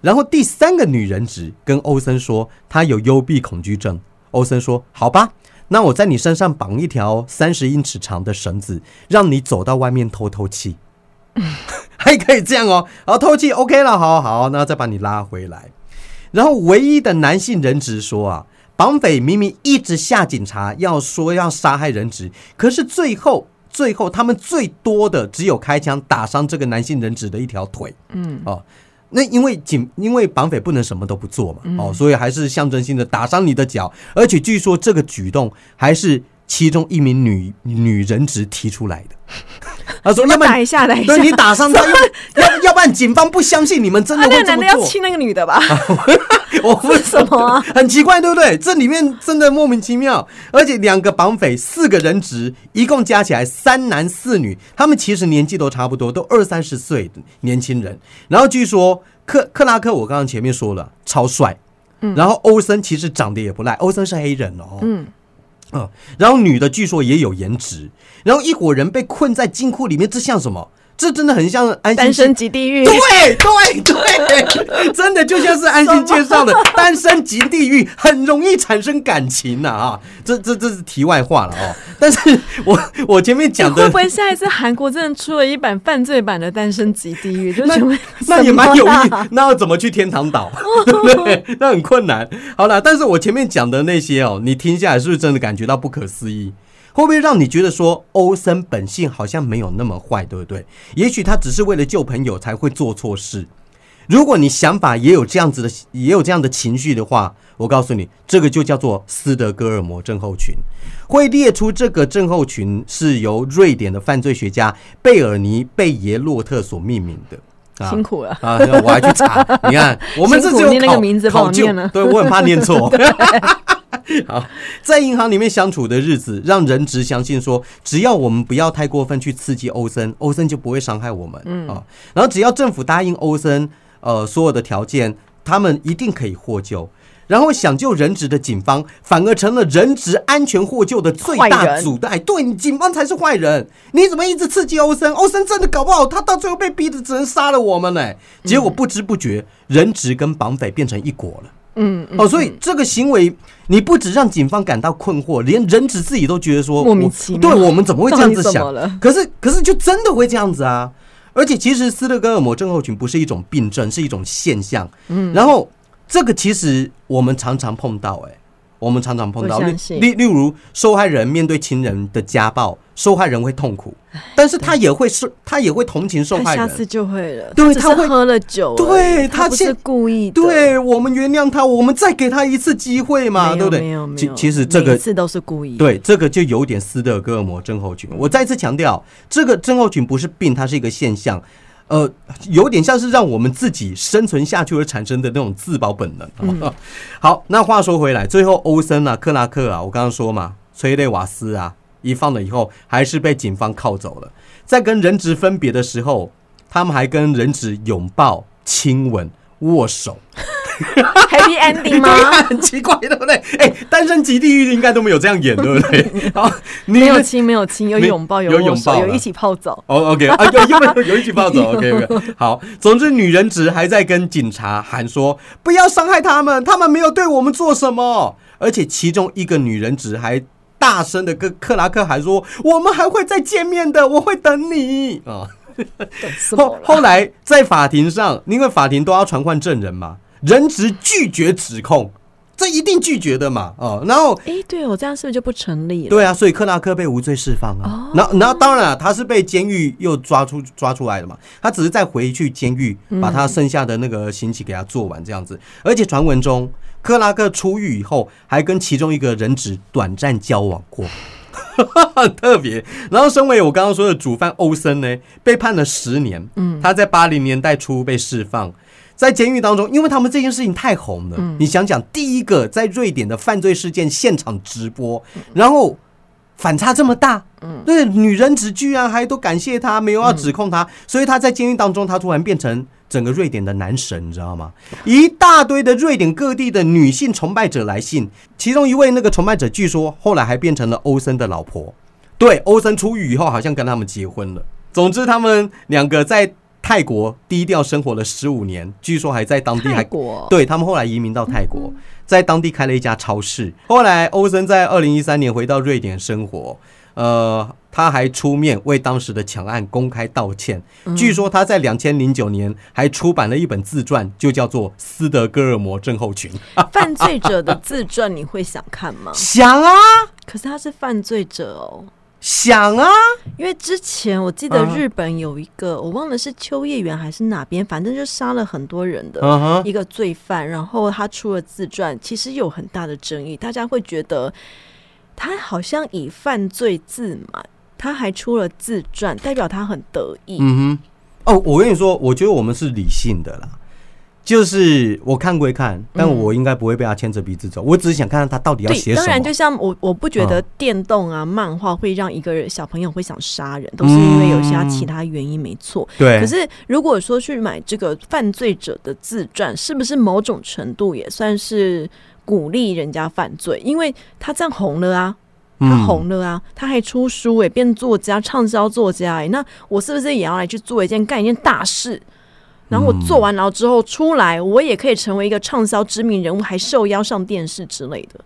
S1: 然后第三个女人质跟欧森说，她有幽闭恐惧症。欧森说：“好吧，那我在你身上绑一条三十英尺长的绳子，让你走到外面透透气。 还可以这样哦，好透气，OK 了，好好，那再把你拉回来。然后唯一的男性人质说啊，绑匪明明一直吓警察，要说要杀害人质，可是最后最后他们最多的只有开枪打伤这个男性人质的一条腿。
S2: 嗯，
S1: 哦，那因为警因为绑匪不能什么都不做嘛，
S2: 嗯
S1: 哦，所以还是象征性的打伤你的脚，而且据说这个举动还是其中一名女女人质提出来的。 他说：“要不
S2: 打
S1: 然
S2: 一下，打一下
S1: 对。你打伤他，要要要不然警方不相信你们真
S2: 啊，
S1: 的
S2: 那
S1: 会
S2: 个
S1: 这
S2: 男
S1: 么
S2: 的要
S1: 做。
S2: 亲那个女的吧？
S1: 我为
S2: 什么啊
S1: 很奇怪，对不对？这里面真的莫名其妙，而且两个绑匪，四个人质，一共加起来三男四女，他们其实年纪都差不多，都二三十岁的年轻人。然后据说克克拉克，我刚刚前面说了，超帅。然后欧森其实长得也不赖，欧森是黑人哦，
S2: 嗯，
S1: 嗯，然后女的据说也有颜值，然后一伙人被困在金库里面，这像什么？这真的很像安心
S2: 单
S1: 机
S2: 身即地 狱。
S1: 对对对，真的就像是安心介绍的，单身即地狱，很容易产生感情呐啊这这这是题外话了哦。但是我我前面
S2: 你
S1: 讲
S2: 会
S1: 的
S2: 不会下一次韩国真的出了一版犯罪版的《单身即地狱》？就
S1: 那
S2: 全部
S1: 那也蛮有意
S2: 什么啦，
S1: 那要怎么去天堂岛？对不对？那很困难。好了，但是我前面讲的那些哦，你听下来是不是真的感觉到不可思议？会不会让你觉得说欧森本性好像没有那么坏，对不对？也许他只是为了救朋友才会做错事。如果你想法也有这样子的，也有这样的情绪的话，我告诉你，这个就叫做斯德哥尔摩症候群。会列出这个症候群是由瑞典的犯罪学家贝尔尼·贝耶洛特所命名的。啊
S2: 辛苦了。
S1: 啊，我还去查，你 看，我们这只有
S2: 辛苦你那
S1: 考
S2: 个名字帮我
S1: 考究
S2: 念了，
S1: 对我很怕念错。好，在银行里面相处的日子，让人质相信说，只要我们不要太过分去刺激欧森，欧森就不会伤害我们。嗯啊，然后只要政府答应欧森，呃，所有的条件，他们一定可以获救。然后想救人质的警方，反而成了人质安全获救的最
S2: 坏
S1: 大
S2: 人
S1: 阻碍。对你，警方才是坏人。你怎么一直刺激欧森？欧森真的搞不好，他到最后被逼的只能杀了我们呢、结果不知不觉，人质跟绑匪变成一国了。
S2: 嗯，嗯
S1: 哦，所以这个行为，你不止让警方感到困惑，连人质自己都觉得说
S2: 莫名
S1: 我
S2: 其妙
S1: 对我们怎么会这样子
S2: 到底怎么
S1: 想
S2: 了？
S1: 可是，可是就真的会这样子啊！而且，其实斯德哥尔摩症候群不是一种病症，是一种现象。嗯，然后这个其实我们常常碰到、哎，我们常常碰到
S2: 我
S1: 例
S2: 相信
S1: 例例如受害人面对亲人的家暴，受害人会痛 苦，但是他也会受，他也会同情受
S2: 他
S1: 害
S2: 下
S1: 人。
S2: 次就会了。
S1: 对他
S2: 他只
S1: 会
S2: 是喝了酒而已，
S1: 对
S2: 他
S1: 他
S2: 不
S1: 现
S2: 是故意的，
S1: 对我们原谅他，我们再给他一次机会嘛，
S2: 没
S1: 对
S2: 有
S1: 不对？
S2: 没有没
S1: 其
S2: 有，
S1: 其实这
S2: 每
S1: 个
S2: 一次都是故意。，
S1: 对，这个就有点斯德哥尔摩症候群。我再次强调，这个症候群不是病，它是一个现象，呃，有点像是让我们自己生存下去而产生的那种自保本能。
S2: 嗯
S1: 啊好，那话说回来，最后欧森啊、克拉克啊，我刚刚说嘛，催泪瓦斯啊，一放了以后，还是被警方铐走了。在跟人质分别的时候，他们还跟人质拥抱、亲吻、握手。
S2: Happy Ending 吗？
S1: 对 很奇怪，对不对？哎、单身级地狱应该都没有这样演，对不 对？好，你
S2: 没
S1: 们
S2: 有亲，没有亲，有
S1: 没
S2: 拥抱，
S1: 有
S2: 握
S1: 拥
S2: 手，
S1: 抱
S2: 有
S1: 啦
S2: 一起泡澡。
S1: 哦、o k 啊，有有有有一起暴走，OK OK，好。总之，女人质还在跟警察喊说：“不要伤害他们，他们没有对我们做什么。”而且其中一个女人质还大声的跟克拉克喊说：“我们还会再见面的，我会等你。啊。
S2: 等什么
S1: 后
S2: 啦？
S1: 后来在法庭上，因为法庭都要传唤证人嘛，人质拒绝指控，这一定拒绝的嘛，哦，然后
S2: 哎，对我这样是不是就不成立了？
S1: 对啊，所以克拉克被无罪释放啊。然后，然后当然了，他是被监狱又抓出抓出来的嘛。他只是再回去监狱，把他剩下的那个刑期给他做完这样子。而且传闻中，克拉克出狱以后，还跟其中一个人质短暂交往过。 很特别。然后，身为我刚刚说的主犯欧森呢，被判了十年。嗯，他在八零年代初被释放。在监狱当中，因为他们这件事情太红了，你想想，第一个在瑞典的犯罪事件现场直播，然后反差这么大，嗯，对，女人质居然还都感谢他，没有要指控
S2: 嗯
S1: 他，所以他在监狱当中，他突然变成整个瑞典的男神，你知道吗？一大堆的瑞典各地的女性崇拜者来信，其中一位那个崇拜者据说后来还变成了欧森的老婆，对，欧森出狱以后好像跟他们结婚了。总之，他们两个在泰国低调生活了十五年，据说还在当地还
S2: 泰国
S1: 对他们后来移民到泰国，
S2: 嗯
S1: 在当地开了一家超市。后来欧森在二零一三年回到瑞典生活，呃，他还出面为当时的抢案公开道歉。
S2: 嗯
S1: 据说他在两千零九年还出版了一本自传，就叫做《斯德哥尔摩症候群》。？
S2: 犯罪者的自传你会想看吗
S1: 想啊
S2: 可是他是犯罪者哦。
S1: 想啊，
S2: 因为之前我记得
S1: 啊
S2: 日本有一个，我忘了是秋叶原还是哪边，反正就杀了很多人的
S1: 嗯哼，
S2: 一个罪犯，然后他出了自传，其实有很大的争议，大家会觉得他好像以犯罪自满，他还出了自传，代表他很得意。
S1: 嗯哼，哦，我跟你说，我觉得我们是理性的啦。就是我看归看，但我应该不会被他牵着鼻子走。我只是想看看他到底要写
S2: 嗯对，
S1: 什么。
S2: 当然，就像我，我不觉得
S1: 嗯
S2: 电动啊、漫画会让一个人小朋友会想杀人，都是因为有其他
S1: 嗯哎
S2: 其他原因，没错。
S1: 对，
S2: 可是如果说去买这个犯罪者的自传，是不是某种程度也算是鼓励人家犯罪？因为他这样红了啊。他
S1: 嗯
S2: 红了啊，他还出书诶、变作家、畅销作家诶、欸那我是不是也要来去做一件干一件大事？然
S1: 嗯
S2: 后我做完牢之后出来，我也可以成为一个畅销知名人物，还受邀上电视之类的，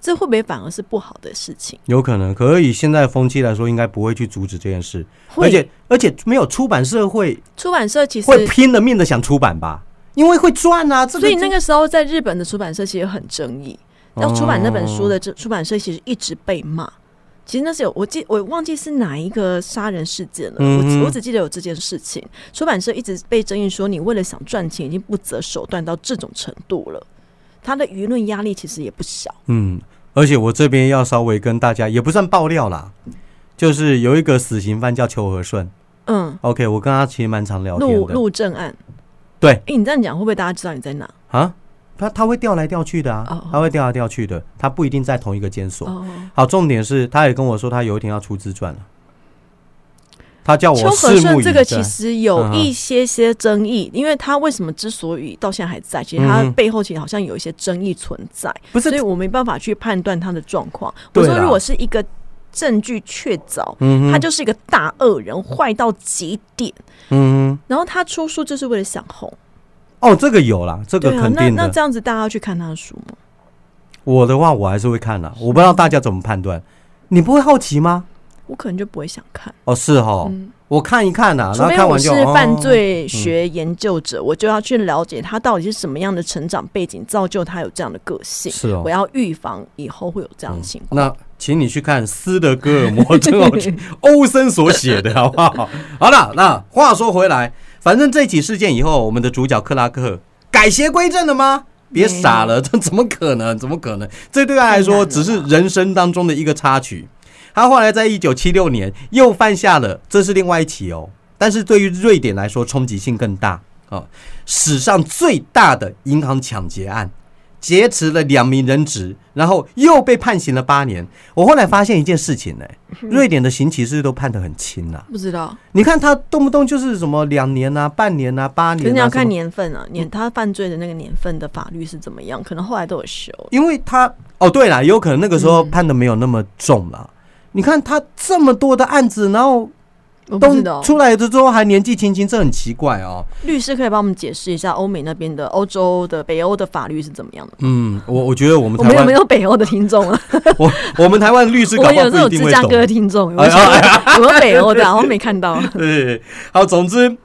S2: 这会不会反而是不好的事情？
S1: 有可能，可是以现在的风气来说，应该不会去阻止这件事。
S2: 会
S1: 而且而且没有出版社会
S2: 出版社其实
S1: 会拼了命的想出版吧，因为会赚啊。这个
S2: 所以那个时候在日本的出版社其实很争议，要出版那本书
S1: 哦
S2: 的这出版社其实一直被骂。其实那是有，我记我忘记是哪一个杀人事件了，我
S1: 嗯
S2: 只
S1: 哼
S2: 我只记得有这件事情。出版社一直被争议说，你为了想赚钱已经不择手段到这种程度了，他的舆论压力其实也不小。
S1: 嗯，而且我这边要稍微跟大家也不算爆料啦，就是有一个死刑犯叫邱和顺。
S2: 嗯，
S1: OK，我跟他其实蛮常聊天
S2: 陆
S1: 的。
S2: 陆正案，
S1: 对
S2: 哎、你这样讲会不会大家知道你在哪？
S1: 啊，他他会调来调去的
S2: 哦
S1: 啊
S2: 哦，
S1: 他会调来调去的，他不一定在同一个监所。
S2: 哦，
S1: 好，重点是他也跟我说，他有一天要出自传了。他啊叫我
S2: 邱和
S1: 拭目
S2: 顺
S1: 以
S2: 这个
S1: 待嗯
S2: 其实有一些些争议，因为他为什么之所以到现在还在，其实他
S1: 嗯哼
S2: 背后其实好像有一些争议存在，
S1: 不是
S2: 所以我没办法去判断他的状况。我
S1: 对啦
S2: 说，如果是一个证据确凿，
S1: 嗯
S2: 他
S1: 哼，
S2: 就是一个大恶人，坏到极点。
S1: 嗯
S2: 然后他出书就是为了想红，
S1: 哼，哦，这个有啦，这个
S2: 对啊，
S1: 肯
S2: 那
S1: 定的。
S2: 那这样子大家要去看他的书吗？
S1: 我的话，我还是会看啦、我不知道大家怎么判断，你不会好奇吗？
S2: 我可能就不会想看。
S1: 哦，是哦，
S2: 嗯
S1: 我看一看呐、啊，
S2: 除
S1: 然后
S2: 非
S1: 看
S2: 我
S1: 完
S2: 是
S1: 就哦嗯
S2: 犯罪学研究者，我就要去了解他到底是什么样的成长背景造就他有这样的个性。
S1: 是哦
S2: 我要预防以后会有这样的情况。
S1: 那请你去看斯德哥尔摩症候 群欧森所写的，好不好？好了，那话说回来，反正这起事件以后，我们的主角克拉克改邪归正了吗？别傻了，这怎么可能？怎么可能？这对他来
S2: 太难
S1: 说
S2: 了
S1: 只是人生当中的一个插曲。他后来在一九七六年又犯下了，这是另外一起哦。但是对于瑞典来说，冲击性更大啊、哦！史上最大的银行抢劫案，劫持了两名人质，然后又被判刑了八年。我后来发现一件事情呢、
S2: 嗯
S1: 瑞典的刑期是不是都判得很轻啊？
S2: 不知道，
S1: 你看他动不动就是什么两年啊、半年啊、八
S2: 可
S1: 年、啊，
S2: 是你要看
S1: 什么
S2: 年份啊，年他犯罪的那个年份的法律是怎么样，可能后来都有修。
S1: 因为他哦，对啦，有可能那个时候判的没有那么重啦。你看他这么多的案子，然后
S2: 我不知道
S1: 都，出来的之后还年纪轻轻，这很奇怪哦。
S2: 律师可以帮我们解释一下欧美那边的、欧洲的、北欧的法律是怎么样的吗？
S1: 嗯，我我觉得我们
S2: 我
S1: 台
S2: 们有没
S1: 湾，
S2: 有北欧的听众啊？
S1: 我我们台湾律师
S2: 我
S1: 搞
S2: 们
S1: 不好
S2: 有这
S1: 不一
S2: 种
S1: 定
S2: 芝
S1: 会
S2: 加
S1: 懂。啊
S2: 哥听众，有没
S1: 哎
S2: 有
S1: 呀哎
S2: 有没有北欧的 啊？我没看到。
S1: 对，好，总之。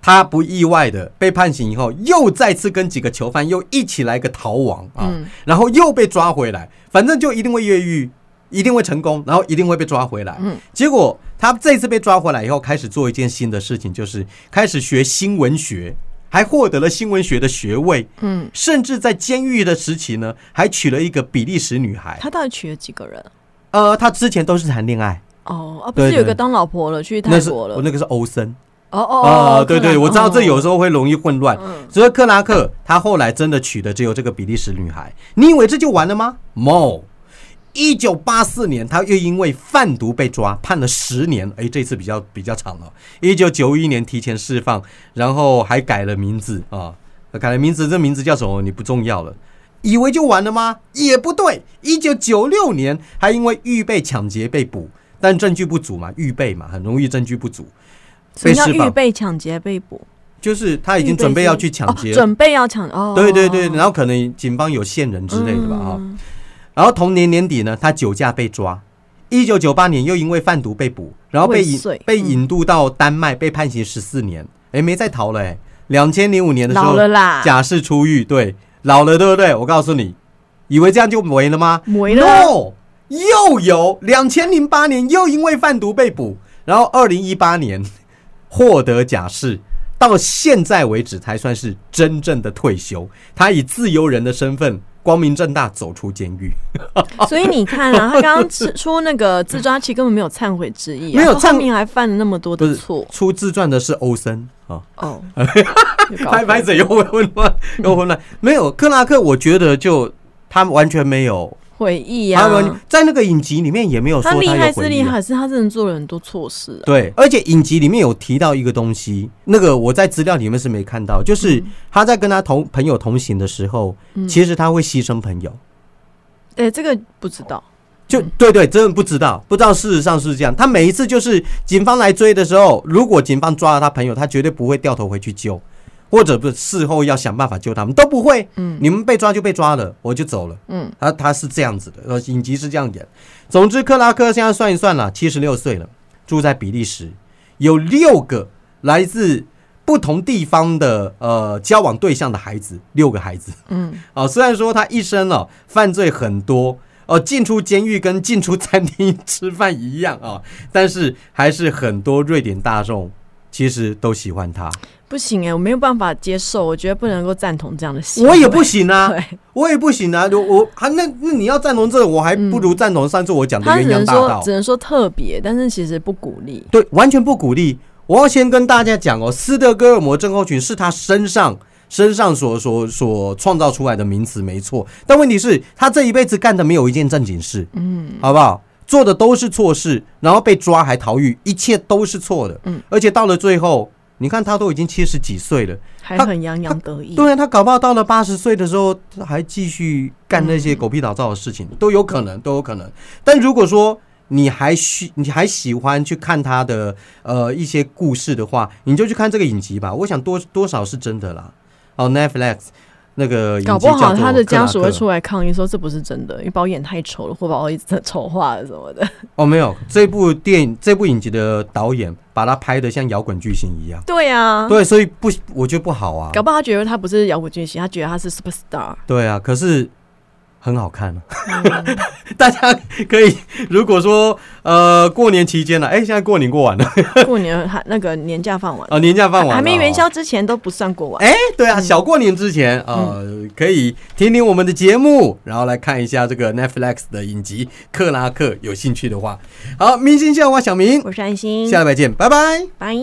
S1: 他不意外的被判刑以后，又再次跟几个囚犯又一起来个逃亡啊，
S2: 嗯
S1: 然后又被抓回来，反正就一定会越狱，一定会成功，然后一定会被抓回来。
S2: 嗯
S1: 结果他这次被抓回来以后，开始做一件新的事情，就是开始学新闻学，还获得了新闻学的学位，
S2: 嗯，
S1: 甚至在监狱的时期呢，还娶了一个比利时女孩。
S2: 他到底娶了几个人？
S1: 呃，他之前都是谈恋爱，
S2: 哦，啊，不是
S1: 对对
S2: 有一个当老婆了，去
S1: 那
S2: 泰
S1: 是
S2: 国了
S1: 我。那个是欧森。
S2: 哦哦
S1: 啊、
S2: 哦，
S1: 对
S2: 克
S1: 对，
S2: 兰
S1: 我知道这有时
S2: 哦
S1: 候会容易混乱。
S2: 嗯
S1: 所以克拉克他后来真的娶的只有这个比利时女孩，你以为这就完了吗？No，一九八四年他又因为贩毒被抓，判了十年，哎，这次比较比较长了。一九九一年提前释放，然后还改了名字啊，改了名字，这名字叫什么你不重要了。以为就完了吗？也不对。一九九六年还因为预备抢劫被捕，但证据不足嘛，预备嘛，很容易证据不足。
S2: 什
S1: 被
S2: 么叫
S1: 释放
S2: 预备抢劫被捕？
S1: 就是他已经准备要去抢劫
S2: 哦
S1: 了，
S2: 准备要抢哦。
S1: 对对对，然后可能警方有线人之类的吧啊、
S2: 嗯
S1: 然后同年年底呢，他酒驾被抓，一九九八年又因为贩毒被捕，然后被
S2: 未
S1: 引
S2: 遂
S1: 被
S2: 嗯
S1: 引渡到丹麦，被判刑十四年，哎，没再逃了哎。两千零五年的时
S2: 老
S1: 候，
S2: 了啦，
S1: 假释出狱，对，老了对不对？我告诉你，以为这样就没了吗？
S2: 没了啊。
S1: No，又有两千零八年又因为贩毒被捕，然后二零一八年获得假释，到现在为止才算是真正的退休。他以自由人的身份。光明正大走出监狱，哦
S2: 所以你看啊，他刚刚指出那个自抓期根本没有忏悔之意啊，
S1: 没有
S2: 证
S1: 忏
S2: 明还犯了那么多
S1: 不
S2: 的
S1: 是
S2: 错
S1: 出自传的是欧森啊，
S2: 哦。
S1: 拍拍
S2: 子
S1: 子又混乱，又混乱。没有克拉克，我觉得就他完全没有，
S2: 回忆
S1: 他
S2: 啊，
S1: 完在那个影集里面也没有说
S2: 他
S1: 他
S2: 厉害
S1: 有
S2: 是
S1: 回
S2: 厉
S1: 忆啊。
S2: 害，是他真的做了很多错事啊。
S1: 对，而且影集里面有提到一个东西，那个我在资料里面是没看到，
S2: 嗯
S1: 就是他在跟他同朋友同行的时候，其实他会牺牲朋友。
S2: 哎，这个不知道，
S1: 就
S2: 嗯
S1: 对对，真的不知道，不知道事实上是这样。他每一次就是警方来追的时候，如果警方抓了他朋友，他绝对不会掉头回去救，或者不事后要想办法救他们都不会。
S2: 嗯
S1: 你们被抓就被抓了，我就走了。
S2: 嗯，
S1: 他他是这样子的，呃，影集是这样演。总之，克拉克现在算一算啦，七十六岁了，住在比利时，有六个来自不同地方的呃交往对象的孩子，六个孩子。
S2: 嗯，
S1: 哦，虽然说他一生哦犯罪很多。哦，进出监狱跟进出餐厅吃饭一样啊、但是还是很多瑞典大众其实都喜欢他，
S2: 不行哎，我没有办法接受，我觉得不能够赞同这样的行为。
S1: 我也不行啊，
S2: 对。
S1: 我也不行啊，我我还那那你要赞同这个，我还不如赞同上次我讲的
S2: 嗯他只
S1: 鸳鸯
S2: 能
S1: 大
S2: 说
S1: 道
S2: 只，能说特别，但是其实不鼓励。
S1: 对，完全不鼓励。我要先跟大家讲哦，斯德哥尔摩症候群是他身上身上所所所创造出来的名词，没错。但问题是，他这一辈子干的没有一件正经事，嗯，好不好？做的都是错事，然后被抓还逃狱，一切都是错的，
S2: 嗯。
S1: 而且到了最后，你看他都已经七十几岁了，
S2: 还
S1: 他
S2: 很洋洋得意。
S1: 对啊，他搞不好到了八十岁的时候，他还继续干那
S2: 嗯
S1: 些狗屁倒灶的事情，都有可能，都有可能。但如果说你还喜你还喜欢去看他的呃一些故事的话，你就去看这个影集吧。我想多多少是真的啦。哦，Netflix 那个影集
S2: 搞不
S1: 叫做
S2: 好他的家属
S1: 克拉
S2: 会
S1: 克
S2: 出来抗议说这不是真的，因为包演太丑了，或把我一直丑化了什么的。
S1: 哦，没有这部电影这部影集的导演把它拍的像摇滚巨星一样，
S2: 对呀、
S1: 对，啊所以不我觉得不好啊，
S2: 搞不好他觉得他不是摇滚巨星，他觉得他是 super star。
S1: 对啊，可是很好看啊。
S2: 嗯
S1: 大家可以如果说呃过年期间呢、啊，哎、现在过年过完了啊、
S2: 过年还那个年假放完，
S1: 年假放完了、
S2: 还没元
S1: 哦。
S2: 宵之嗯前都不算过完。
S1: 哎、对啊，小过年之前呃，可以听听我们的节目，然后来看一下这个 Netflix 的影集《克拉克》，有兴趣的话，好，明星笑话小明，
S2: 我是安心，
S1: 下礼拜见，拜拜。
S2: 拜。